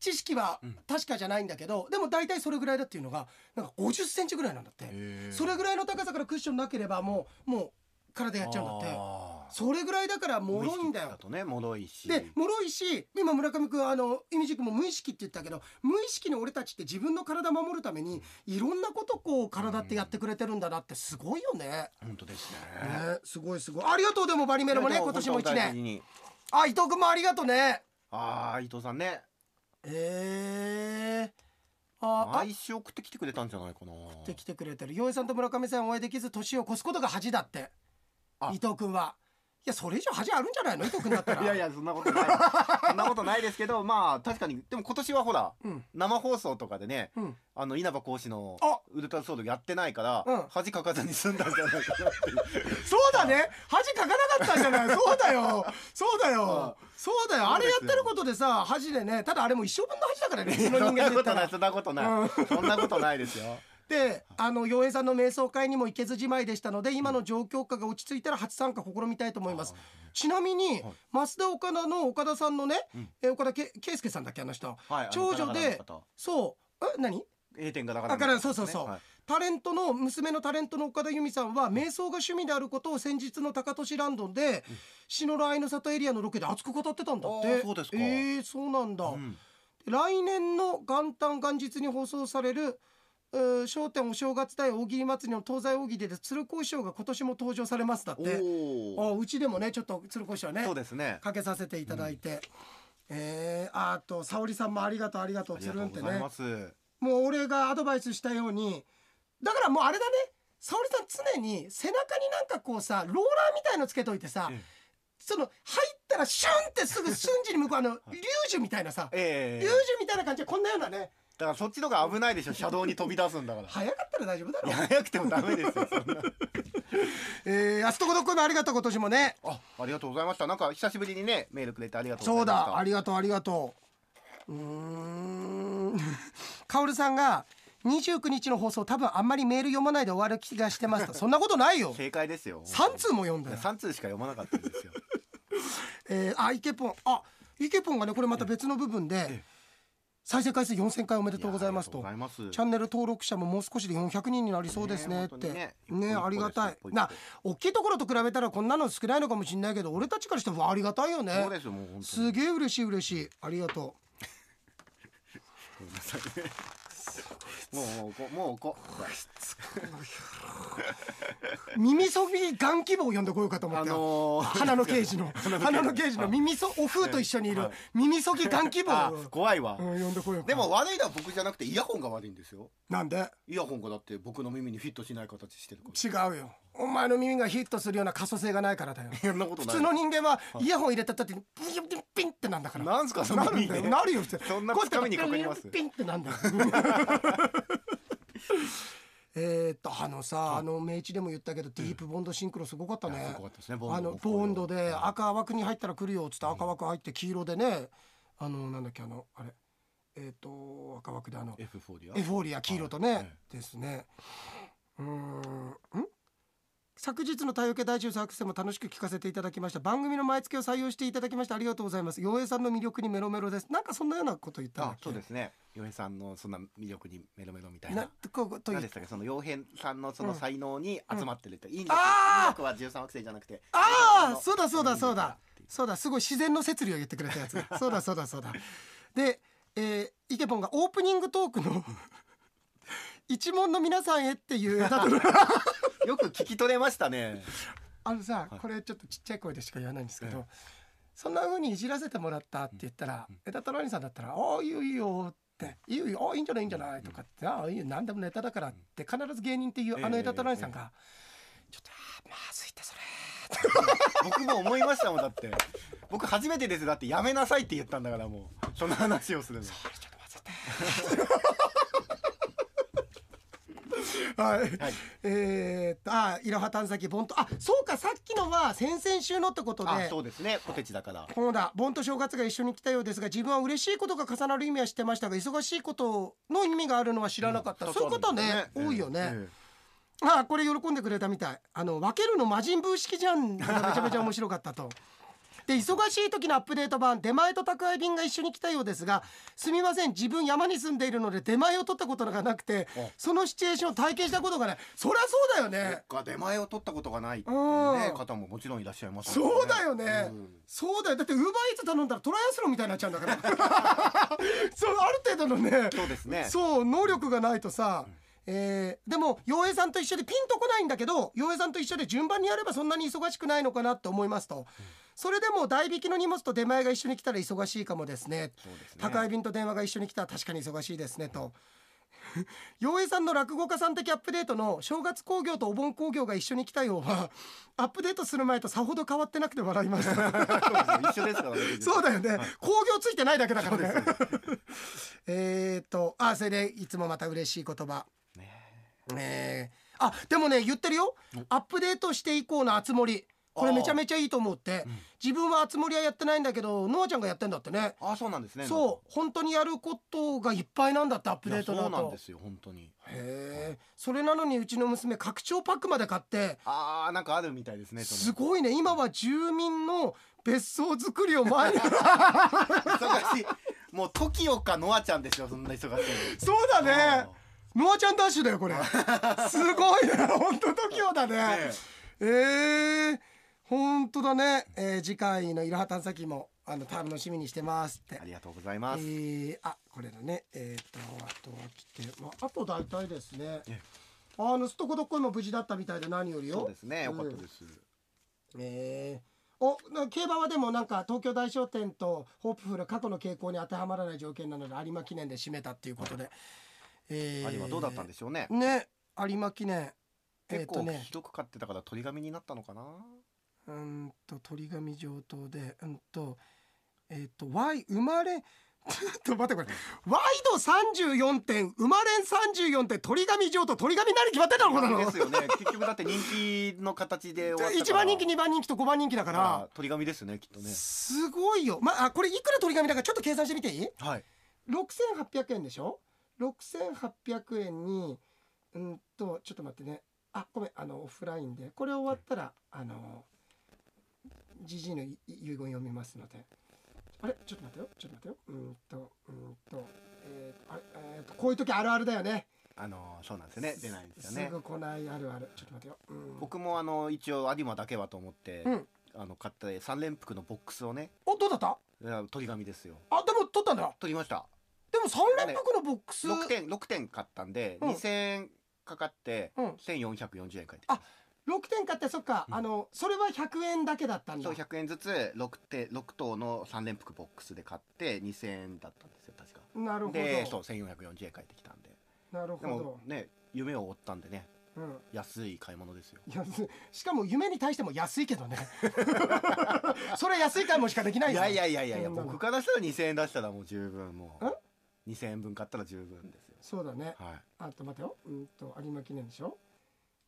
[SPEAKER 1] 知識は確かじゃないんだけど、でも大体それぐらいだっていうのがなんか50センチぐらいなんだって、
[SPEAKER 2] へえ
[SPEAKER 1] それぐらいの高さからクッションなければもうもうからでやっちゃうんだって
[SPEAKER 2] あー
[SPEAKER 1] それぐらいだからもろいんだ
[SPEAKER 2] 無意識だ
[SPEAKER 1] よ
[SPEAKER 2] とね脆いし
[SPEAKER 1] でもろいし今村上君あのイミジ君も無意識って言ったけど無意識の俺たちって自分の体守るためにいろんなことこう体ってやってくれてるんだなってすごいよね。
[SPEAKER 2] 本当ですね
[SPEAKER 1] ねすごいすごいありがとうでもバリメロもね今年も1年
[SPEAKER 2] 年
[SPEAKER 1] あ伊藤君もありがとうね
[SPEAKER 2] ああ伊藤さんね
[SPEAKER 1] ええああ
[SPEAKER 2] 毎週送ってきてくれたんじゃないかな
[SPEAKER 1] って来てくれてる洋江さんと村上さんお会いできず年を越すことが恥だって
[SPEAKER 2] あ
[SPEAKER 1] 伊藤君はいやそれ以上恥あるんじゃないの伊藤君だったら
[SPEAKER 2] いやいやそんなこ とないそんなことないですけどまあ確かにでも今年はほら
[SPEAKER 1] うん
[SPEAKER 2] 生放送とかでね
[SPEAKER 1] うん
[SPEAKER 2] あの稲葉講師の
[SPEAKER 1] あ
[SPEAKER 2] ウルトラソードやってないから、
[SPEAKER 1] うん
[SPEAKER 2] 恥かかずに済んだんじゃないかなっていう
[SPEAKER 1] そうだね恥かかなかったんじゃない そうだよそうだよそうだよあれやってることでさ恥でねただあれも一生分の恥だ からね普通の人
[SPEAKER 2] そん
[SPEAKER 1] 間
[SPEAKER 2] な
[SPEAKER 1] で言
[SPEAKER 2] こ
[SPEAKER 1] った
[SPEAKER 2] とない
[SPEAKER 1] ら
[SPEAKER 2] そんなことない、そんなことないですよ
[SPEAKER 1] であの洋平さんの瞑想会にも行けずじまいでしたので今の状況下が落ち着いたら初参加試みたいと思いますちなみに、増田岡田の岡田さんのね、
[SPEAKER 2] うん
[SPEAKER 1] え岡田け圭介さんだっけあの人
[SPEAKER 2] はい
[SPEAKER 1] 長女でそうえ何
[SPEAKER 2] A 点がだから
[SPEAKER 1] だからそうそうそう、
[SPEAKER 2] はい
[SPEAKER 1] タレントの娘のタレントの岡田由美さんは瞑想が趣味であることを先日の高利ランドンで篠原愛の里エリアのロケで熱く語ってたんだっ
[SPEAKER 2] あ
[SPEAKER 1] て
[SPEAKER 2] ーそうですか
[SPEAKER 1] えー、そうなんだ、
[SPEAKER 2] うん
[SPEAKER 1] 来年の元旦元日に放送される「えー笑点お正月大大喜利祭り」の東西大喜利で鶴光師匠が今年も登場されますだって
[SPEAKER 2] お
[SPEAKER 1] あ
[SPEAKER 2] お
[SPEAKER 1] うちでもねちょっと鶴光師匠ね
[SPEAKER 2] そうですね
[SPEAKER 1] かけさせていただいて、えーあと沙織さんもありがとうありがと
[SPEAKER 2] あ
[SPEAKER 1] う
[SPEAKER 2] り
[SPEAKER 1] つ
[SPEAKER 2] が
[SPEAKER 1] る
[SPEAKER 2] と
[SPEAKER 1] んっ
[SPEAKER 2] う
[SPEAKER 1] て
[SPEAKER 2] ござい
[SPEAKER 1] ね
[SPEAKER 2] ます、
[SPEAKER 1] もう俺がアドバイスしたようにだからもうあれだね沙織さん常に背中になんかこうさローラーみたいのつけといてさ、
[SPEAKER 2] ええ
[SPEAKER 1] その入ったらシュンってすぐ瞬時に向こうあ の龍樹みたいなさ
[SPEAKER 2] え
[SPEAKER 1] 龍
[SPEAKER 2] え
[SPEAKER 1] 樹みたいな感じでこんなようなね
[SPEAKER 2] だからそっちの方が危ないでしょ車道に飛び出すん だから
[SPEAKER 1] 早かったら大丈夫だろ
[SPEAKER 2] いや早くてもダメですよそんな
[SPEAKER 1] えー、あすとこどっこいもありがとう今年もね
[SPEAKER 2] あありがとうございましたなんか久しぶりにねメールくれてありがとう
[SPEAKER 1] そ
[SPEAKER 2] ご
[SPEAKER 1] う
[SPEAKER 2] ざいました
[SPEAKER 1] だありがとうありがとううーん カオルさんが29日の放送多分あんまりメール読まないで終わる気がして ますとそんなことないよ
[SPEAKER 2] 正解ですよ
[SPEAKER 1] 3通も読んだよ、
[SPEAKER 2] 3通しか読まなかった んですよ
[SPEAKER 1] えー、あイケポンあイケポンがねこれまた別の部分で
[SPEAKER 2] え
[SPEAKER 1] 再生回数4000回おめで
[SPEAKER 2] あ
[SPEAKER 1] とうございますと
[SPEAKER 2] りがとうございます
[SPEAKER 1] チャンネル登録者ももう少しで400人になりそうですね
[SPEAKER 2] ね
[SPEAKER 1] って
[SPEAKER 2] 本当に
[SPEAKER 1] ね
[SPEAKER 2] ね
[SPEAKER 1] ありがたい
[SPEAKER 2] 一歩一歩です
[SPEAKER 1] な大きいところと比べたらこんなの少ないのかもしれないけど俺たちからしてもありがたいよね
[SPEAKER 2] そうですよもう本当に
[SPEAKER 1] すげえ嬉しい嬉しいありがと
[SPEAKER 2] ごめんなさいねもうもうもう おこ
[SPEAKER 1] う耳ソフィーガン希望を呼んでこようかと思っ
[SPEAKER 2] あ
[SPEAKER 1] て、
[SPEAKER 2] のー、
[SPEAKER 1] 花の刑事の花の刑事の耳ソお風と一緒にいる
[SPEAKER 2] はい
[SPEAKER 1] 耳そぎガン希望
[SPEAKER 2] あ
[SPEAKER 1] を
[SPEAKER 2] 怖いわ、
[SPEAKER 1] うん呼んでこようか
[SPEAKER 2] でも悪いのは僕じゃなくてイヤホンが悪いんですよ
[SPEAKER 1] なんで
[SPEAKER 2] イヤホンがだって僕の耳にフィットしない形してるから
[SPEAKER 1] 違うよお前の耳がヒットするような可塑性がないからだよ
[SPEAKER 2] そんなこと
[SPEAKER 1] 普
[SPEAKER 2] ない
[SPEAKER 1] 通の人間はイヤホン入れた時にピンピンピンってなんだから
[SPEAKER 2] なんすかその
[SPEAKER 1] なるん
[SPEAKER 2] 耳
[SPEAKER 1] だよ
[SPEAKER 2] ね
[SPEAKER 1] なるよ普通
[SPEAKER 2] そんな掴みにかかります
[SPEAKER 1] こうやってピンピンってなん だよえーっとあのさ、あの明治でも言ったけど、ディープボンドシンクロすごかった
[SPEAKER 2] いや
[SPEAKER 1] ね
[SPEAKER 2] すごかったですねボンド
[SPEAKER 1] あの
[SPEAKER 2] も
[SPEAKER 1] ボンドで赤枠に入ったら来るよっつって赤枠入って黄色でねあのなんだっけあのあれえーっと赤枠であの
[SPEAKER 2] F4 でや
[SPEAKER 1] エフォーリア黄色とね、
[SPEAKER 2] はい
[SPEAKER 1] ですねうーんん昨日の太陽系大中作戦も楽しく聞かせていただきました番組の毎月を採用していただきましてありがとうございます陽平さんの魅力にメロメロですなんかそんなようなこと言ったんだっ
[SPEAKER 2] あ
[SPEAKER 1] け
[SPEAKER 2] そうですね洋平さんのそんな魅力にメロメロみたい
[SPEAKER 1] な
[SPEAKER 2] な
[SPEAKER 1] こうこと言
[SPEAKER 2] 何
[SPEAKER 1] っ
[SPEAKER 2] でしたっけその洋平さんのそうの
[SPEAKER 1] ん
[SPEAKER 2] 才能に集まってるって、いいんですよ
[SPEAKER 1] あー
[SPEAKER 2] 音楽は13惑星じゃなくて
[SPEAKER 1] ああ
[SPEAKER 2] の
[SPEAKER 1] そうだそうだそうだ
[SPEAKER 2] っていう
[SPEAKER 1] そうだすごい自然の摂理を言ってくれた やつだそうだそうだそうだで、えー、イケポンがオープニングトークの 一問の皆さんへっていう だと
[SPEAKER 2] よく聞き取れましたね
[SPEAKER 1] あのさ、
[SPEAKER 2] はい
[SPEAKER 1] これちょっとちっちゃい声でしか言わないんですけど、そんな風にいじらせてもらったって言ったら、枝太郎兄さんだったら「ああいいよいいよ」って「いいよいいよあいいんじゃないいいんじゃない」とかって「ああいいよ何でもネタだから」って必ず芸人っていうあの
[SPEAKER 2] ええ
[SPEAKER 1] 枝太郎兄さんが「ちょっとあーまずいってそれ」
[SPEAKER 2] 僕も思いましたもんだって僕初めてですだってやめなさいって言ったんだからもうその話をするの
[SPEAKER 1] あれちょっとまずいって。はい、
[SPEAKER 2] はい
[SPEAKER 1] えーっとあいろは探査機ボンとあそうかさっきのは先々週のってことで
[SPEAKER 2] あそうですねポテチだから
[SPEAKER 1] そうだ盆と正月が一緒に来たようですが自分は嬉しいことが重なる意味は知ってましたが忙しいことの意味があるのは知らなかった、そういうことね多いよね、
[SPEAKER 2] ええ
[SPEAKER 1] あ これ喜んでくれたみたいあの分けるの魔人ブー式じゃんがめちゃめちゃ面白かったとで忙しい時のアップデート版出前と宅配便が一緒に来たようですがすみません自分山に住んでいるので出前を取ったことがなくて
[SPEAKER 2] あ
[SPEAKER 1] そのシチュエーションを体験したことがないそりゃそうだよね
[SPEAKER 2] そっか出前を取ったことがないっていうね
[SPEAKER 1] うん
[SPEAKER 2] 方ももちろんいらっしゃいますもん
[SPEAKER 1] そうだよね、
[SPEAKER 2] うん
[SPEAKER 1] そうだよだってウーバーイーツ頼んだらトライアスロンみたいになっちゃうんだ からそうある程度のね
[SPEAKER 2] そうですね
[SPEAKER 1] そう能力がないとさ、えーでも洋平さんと一緒でピンとこないんだけど洋平さんと一緒で順番にやればそんなに忙しくないのかなって思いますと、それでも代引きの荷物と出前が一緒に来たら忙しいかもですね
[SPEAKER 2] そうですね
[SPEAKER 1] 宅配便と電話が一緒に来たら確かに忙しいですねと。 洋平さんの落語家さん的アップデートの正月興行とお盆興行が一緒に来たようはアップデートする前とさほど変わってなくて笑いました
[SPEAKER 2] そうですよ一緒ですからね
[SPEAKER 1] そうだよね興行ついてないだけだから
[SPEAKER 2] そう
[SPEAKER 1] ねえっとあそれでいつもまた嬉しい言葉
[SPEAKER 2] ね
[SPEAKER 1] えーあでもね言ってるよアップデートしていこうの熱盛これ
[SPEAKER 2] あー
[SPEAKER 1] めちゃめちゃいいと思って、自分は熱盛はやってないんだけどノアちゃんがやってんだってね
[SPEAKER 2] あそうなんですね
[SPEAKER 1] そう本当にやることがいっぱいなんだってアップ
[SPEAKER 2] い
[SPEAKER 1] デ
[SPEAKER 2] や
[SPEAKER 1] ート
[SPEAKER 2] そ
[SPEAKER 1] だ
[SPEAKER 2] うなん
[SPEAKER 1] と
[SPEAKER 2] ですよ本当に
[SPEAKER 1] へえそれなのにうちの娘拡張パックまで買って
[SPEAKER 2] あーなんかあるみたいですね
[SPEAKER 1] す
[SPEAKER 2] その
[SPEAKER 1] ごいね今は住民の別荘作りを前に
[SPEAKER 2] 忙しいもう TOKIO かノアちゃんですよそんな忙しいの
[SPEAKER 1] そうだね
[SPEAKER 2] あ
[SPEAKER 1] ノアちゃんダッシュだ よこれすごいね本当 TOKIO だね
[SPEAKER 2] ね
[SPEAKER 1] ええ本当だね、えー次回のいろは探査機もあの楽しみにしてますって
[SPEAKER 2] ありがとうございます、
[SPEAKER 1] えーあこれだねえっ、とあとは来て、まあ、あと大体ですね
[SPEAKER 2] ええ
[SPEAKER 1] あのすとこどっこいも無事だったみたいで何よりよ
[SPEAKER 2] そうですねよかったです、
[SPEAKER 1] えーおな競馬はでもなんか東京大商店とホープフル過去の傾向に当てはまらない条件なので有馬記念で締めたっていうことで、え
[SPEAKER 2] 有馬どうだったんでしょうね、
[SPEAKER 1] すね有馬記念えっ、
[SPEAKER 2] 結
[SPEAKER 1] と
[SPEAKER 2] 構
[SPEAKER 1] ね
[SPEAKER 2] ひどく買ってたから鳥紙になったのかな
[SPEAKER 1] うーんと鳥紙上等でうんとえっ、と Y 生まれ ちょっと待ってこれワイド34点生まれん34点鳥紙上等鳥紙何決まってんだろこんなの
[SPEAKER 2] ですよね結局だって人気の形で終わった か
[SPEAKER 1] 1
[SPEAKER 2] ら
[SPEAKER 1] 番人気2番人気と5番人気だから
[SPEAKER 2] あ鳥紙ですねきっとね
[SPEAKER 1] すごいよまあこれいくら鳥紙だかちょっと計算してみていい
[SPEAKER 2] はい
[SPEAKER 1] 6800円でしょ6800円にうんとちょっと待ってねあごめんあのオフラインでこれ終わったらあのじじいのいい遺言読みますのであれちょっと待ってよちょっと待ってようんとうんとえー、あれえーとこういう時あるあるだよね
[SPEAKER 2] あのそうなんですよね出ないんですよ
[SPEAKER 1] す
[SPEAKER 2] ね
[SPEAKER 1] ぐ来ないあるあるちょっと待ってよ、うん、
[SPEAKER 2] 僕もあの一応有馬だけはと思って、
[SPEAKER 1] うん
[SPEAKER 2] あの買って三連服のボックスをね
[SPEAKER 1] おどうだった
[SPEAKER 2] あ鳥紙ですよ
[SPEAKER 1] あでも取ったんだ
[SPEAKER 2] 取りました
[SPEAKER 1] でも3連服のボックス、
[SPEAKER 2] 6点六点買ったんで、
[SPEAKER 1] うん
[SPEAKER 2] 二千2000円かかって、
[SPEAKER 1] うん
[SPEAKER 2] 1440円返ってき
[SPEAKER 1] あ
[SPEAKER 2] た
[SPEAKER 1] 6点買ってそっか、
[SPEAKER 2] うん
[SPEAKER 1] あのそれは100円だけだったんだ
[SPEAKER 2] そう100円ずつ 6, 点六等の3連服ボックスで買って2000円だったんですよ確か
[SPEAKER 1] なるほど
[SPEAKER 2] でそう1440円返ってきたんで
[SPEAKER 1] なる
[SPEAKER 2] で
[SPEAKER 1] ほど
[SPEAKER 2] もね夢を追ったんでね
[SPEAKER 1] うん
[SPEAKER 2] 安い買い物ですよ
[SPEAKER 1] 安い しかも夢に対しても安いけどね それは安い買い物しかできない
[SPEAKER 2] い
[SPEAKER 1] よ
[SPEAKER 2] やいやいやいやいや
[SPEAKER 1] そんなの
[SPEAKER 2] 僕からしたら2000円出したらもう十分もう2000円分買ったら十分ですよ
[SPEAKER 1] そうだね
[SPEAKER 2] はい
[SPEAKER 1] あと待てようんと有馬記念でしょ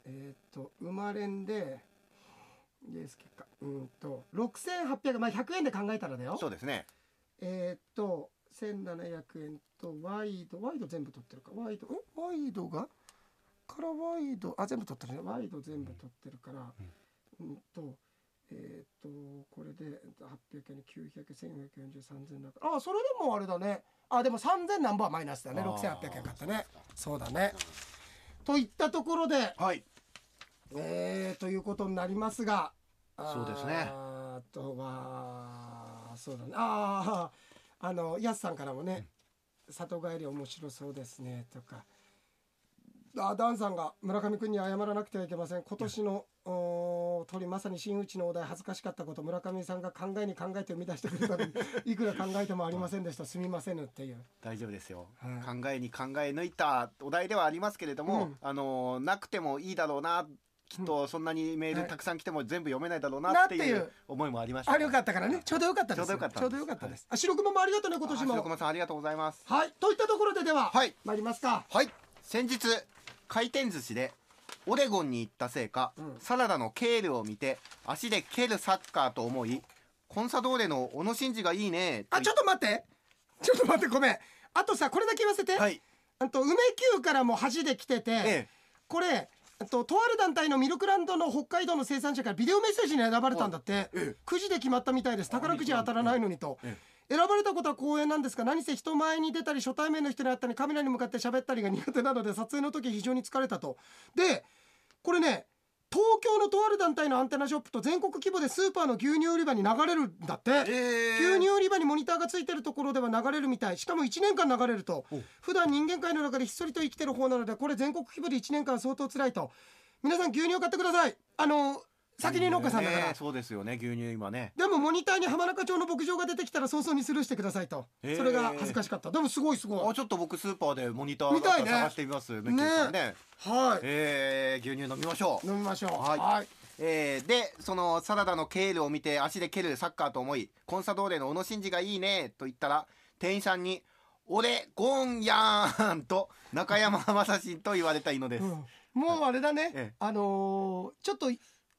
[SPEAKER 1] えーっと生まれんでイエス結果うんと6800まあ100円で考えたらだよ
[SPEAKER 2] そうですね
[SPEAKER 1] えーっと1700円とワイドワイド全部取ってるかワイドえワイドがからワイドあ全部取ってるねワイド全部取ってるからうんとえーっとこれで800円に900143000だからあそれでもあれだねあでも3000何本はマイナスだね
[SPEAKER 2] あー
[SPEAKER 1] 6800円買ったねそうだねといったところで
[SPEAKER 2] はい
[SPEAKER 1] えー、ということになりますが
[SPEAKER 2] そうですね
[SPEAKER 1] あーあとはそうだねあああのやすさんからもね「里帰り面白そうですね」とかあダンさんが「村上君に謝らなくてはいけません今年のおー鳥まさに真打ちのお題恥ずかしかったこと村上さんが考えに考えて生み出してくれたの にいくら考えてもありませんでしたすみません」っていう
[SPEAKER 2] 大丈夫ですよ、
[SPEAKER 1] は
[SPEAKER 2] 考えに考え抜いたお題ではありますけれども、
[SPEAKER 1] うん
[SPEAKER 2] あのーなくてもいいだろうなきっとそんなにメー
[SPEAKER 1] は
[SPEAKER 2] ル
[SPEAKER 1] い
[SPEAKER 2] たくさん来ても全部読めないだろうな
[SPEAKER 1] なっ
[SPEAKER 2] って
[SPEAKER 1] て
[SPEAKER 2] い
[SPEAKER 1] いう
[SPEAKER 2] う思いもありました
[SPEAKER 1] あれよかったからねちょうどよかったです
[SPEAKER 2] ちょうどよかったんです
[SPEAKER 1] ちょうどよかったです、あ白熊もありがとうね今
[SPEAKER 2] あ
[SPEAKER 1] 年
[SPEAKER 2] 白
[SPEAKER 1] も
[SPEAKER 2] 熊さんありがとうございます
[SPEAKER 1] はいといったところででは、
[SPEAKER 2] はい
[SPEAKER 1] 参りますか
[SPEAKER 2] はい先日回転寿司でオレゴンに行ったせいか、
[SPEAKER 1] うん
[SPEAKER 2] サラダのケールを見て足で蹴るサッカーと思いコンサドーレの小野伸二がいいね
[SPEAKER 1] あちょっと待ってちょっと待ってごめんあとさこれだけ言わせて、
[SPEAKER 2] はい
[SPEAKER 1] あと梅球からも恥で来てて、
[SPEAKER 2] ええ
[SPEAKER 1] これえっと、とある団体のミルクランドの北海道の生産者からビデオメッセージに選ばれたんだって、くじで決まったみたいです宝くじは当たらないのにと、選ばれたことは光栄なんですが何せ人前に出たり初対面の人に会ったりカメラに向かって喋ったりが苦手なので撮影の時非常に疲れたとでこれね東京のとある団体のアンテナショップと全国規模でスーパーの牛乳売り場に流れるんだって、牛乳売り場にモニターがついてるところでは流れるみたいしかも1年間流れると普段人間界の中でひっそりと生きてる方なのでこれ全国規模で1年間相当辛いと皆さん牛乳を買ってくださいあの先に農家さんだから、
[SPEAKER 2] ねそうですよね牛乳今ね
[SPEAKER 1] でもモニターに浜中町の牧場が出てきたら早々にスルーしてくださいと、
[SPEAKER 2] へー
[SPEAKER 1] それが恥ずかしかったでもすごいすご
[SPEAKER 2] あ
[SPEAKER 1] い
[SPEAKER 2] ちょっと僕スーパーでモニターだった
[SPEAKER 1] 見たい
[SPEAKER 2] ら
[SPEAKER 1] ね
[SPEAKER 2] 探してみますメッキーさんね
[SPEAKER 1] はい、
[SPEAKER 2] えー牛乳飲みましょう
[SPEAKER 1] 飲みましょう
[SPEAKER 2] はい
[SPEAKER 1] はい
[SPEAKER 2] えーでそのサラダのケールを見て足で蹴るサッカーと思いコンサドーレの小野伸二がいいねと言ったら店員さんに「俺ゴンやーん!」と中山雅史と言われたいのです、
[SPEAKER 1] うんもうあれだね、
[SPEAKER 2] ええ
[SPEAKER 1] あのーちょっと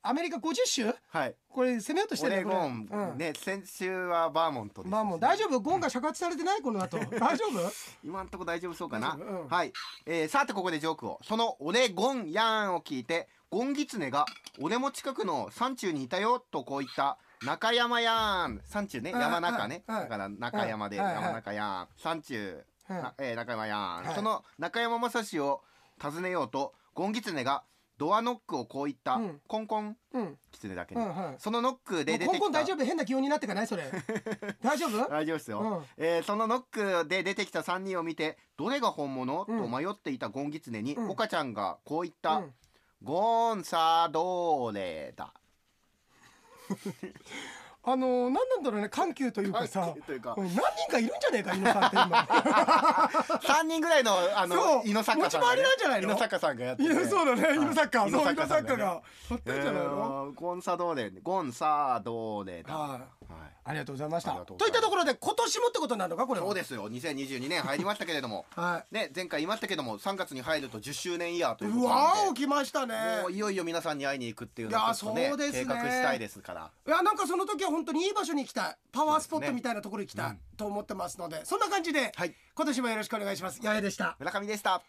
[SPEAKER 1] アメリカ50州
[SPEAKER 2] はい
[SPEAKER 1] これ攻めようとして
[SPEAKER 2] オ
[SPEAKER 1] る
[SPEAKER 2] レ
[SPEAKER 1] こ
[SPEAKER 2] ゴ
[SPEAKER 1] れ
[SPEAKER 2] ン、
[SPEAKER 1] うん
[SPEAKER 2] ね先週はバーモントです
[SPEAKER 1] まあもう大丈夫ゴンが釈発されてないこの後 大丈夫
[SPEAKER 2] 今んとこ大丈夫そうかな、
[SPEAKER 1] 大丈夫うん
[SPEAKER 2] はい、えーさてここでジョークをその「俺ゴンやーん」を聞いてゴンギツネが「俺も近くの山中にいたよ」とこう言った中山やーん山中ね
[SPEAKER 1] うん
[SPEAKER 2] 山中ね、
[SPEAKER 1] うんうん
[SPEAKER 2] だから中山で
[SPEAKER 1] うんうん
[SPEAKER 2] 山中やーん山中、
[SPEAKER 1] うん
[SPEAKER 2] なえー中山やーん、
[SPEAKER 1] はい
[SPEAKER 2] その中山雅史を訪ねようとゴンギツネがドアノックをこう言った、
[SPEAKER 1] うん
[SPEAKER 2] コンコン
[SPEAKER 1] うん
[SPEAKER 2] キツネだけ
[SPEAKER 1] う
[SPEAKER 2] ね、
[SPEAKER 1] んはい
[SPEAKER 2] そのノックで出てきた
[SPEAKER 1] コンコン大丈夫変な気温になってかない それ大丈夫
[SPEAKER 2] 大丈夫ですよ、
[SPEAKER 1] うん
[SPEAKER 2] えーそのノックで出てきた3人を見てどれが本物、
[SPEAKER 1] うん
[SPEAKER 2] と迷っていたゴンギツネに、
[SPEAKER 1] うん
[SPEAKER 2] 岡ちゃんがこう言っ
[SPEAKER 1] う
[SPEAKER 2] た「
[SPEAKER 1] ん
[SPEAKER 2] ゴンサドーレ だ
[SPEAKER 1] あのー、何なんだろうね緩急という」かさ
[SPEAKER 2] というか
[SPEAKER 1] うん何人かいるんじゃねえか猪さんって今
[SPEAKER 2] 3人ぐらいのあ
[SPEAKER 1] そ
[SPEAKER 2] の
[SPEAKER 1] う
[SPEAKER 2] 猪坂さん
[SPEAKER 1] 持ち回りなんじゃないの
[SPEAKER 2] 猪坂さんがやって
[SPEAKER 1] い
[SPEAKER 2] て
[SPEAKER 1] やそうだね
[SPEAKER 2] はい
[SPEAKER 1] 猪作家そう猪
[SPEAKER 2] 猪作家
[SPEAKER 1] 作
[SPEAKER 2] さん
[SPEAKER 1] 家
[SPEAKER 2] がね
[SPEAKER 1] がやってんじゃないの
[SPEAKER 2] えーゴンサドーレゴンサドーレだ、は
[SPEAKER 1] はい
[SPEAKER 2] い
[SPEAKER 1] ありがとうございました
[SPEAKER 2] ありが
[SPEAKER 1] と
[SPEAKER 2] とう
[SPEAKER 1] い
[SPEAKER 2] ござ
[SPEAKER 1] った
[SPEAKER 2] います
[SPEAKER 1] ところで今年もってことになるのかこれは
[SPEAKER 2] そうですよ2022年入りましたけれども
[SPEAKER 1] は
[SPEAKER 2] ね前回言いましたけども3月に入ると10周年イヤーと
[SPEAKER 1] い
[SPEAKER 2] いう
[SPEAKER 1] う
[SPEAKER 2] こと
[SPEAKER 1] わ
[SPEAKER 2] なん
[SPEAKER 1] お
[SPEAKER 2] で
[SPEAKER 1] 来ましたね
[SPEAKER 2] もういよいよ皆さんに会いに行くっていうの
[SPEAKER 1] い
[SPEAKER 2] は
[SPEAKER 1] や
[SPEAKER 2] ちょっとね
[SPEAKER 1] そうですね
[SPEAKER 2] 計画したいですから
[SPEAKER 1] いやなんかその時は本当にいい場所に行きたいパワースポット
[SPEAKER 2] そうですね
[SPEAKER 1] みたいなところに行きた
[SPEAKER 2] う
[SPEAKER 1] い
[SPEAKER 2] ん
[SPEAKER 1] と思ってますのでそんな感じで
[SPEAKER 2] はい
[SPEAKER 1] 今年もよろしくお願いします八重でした
[SPEAKER 2] 村上でした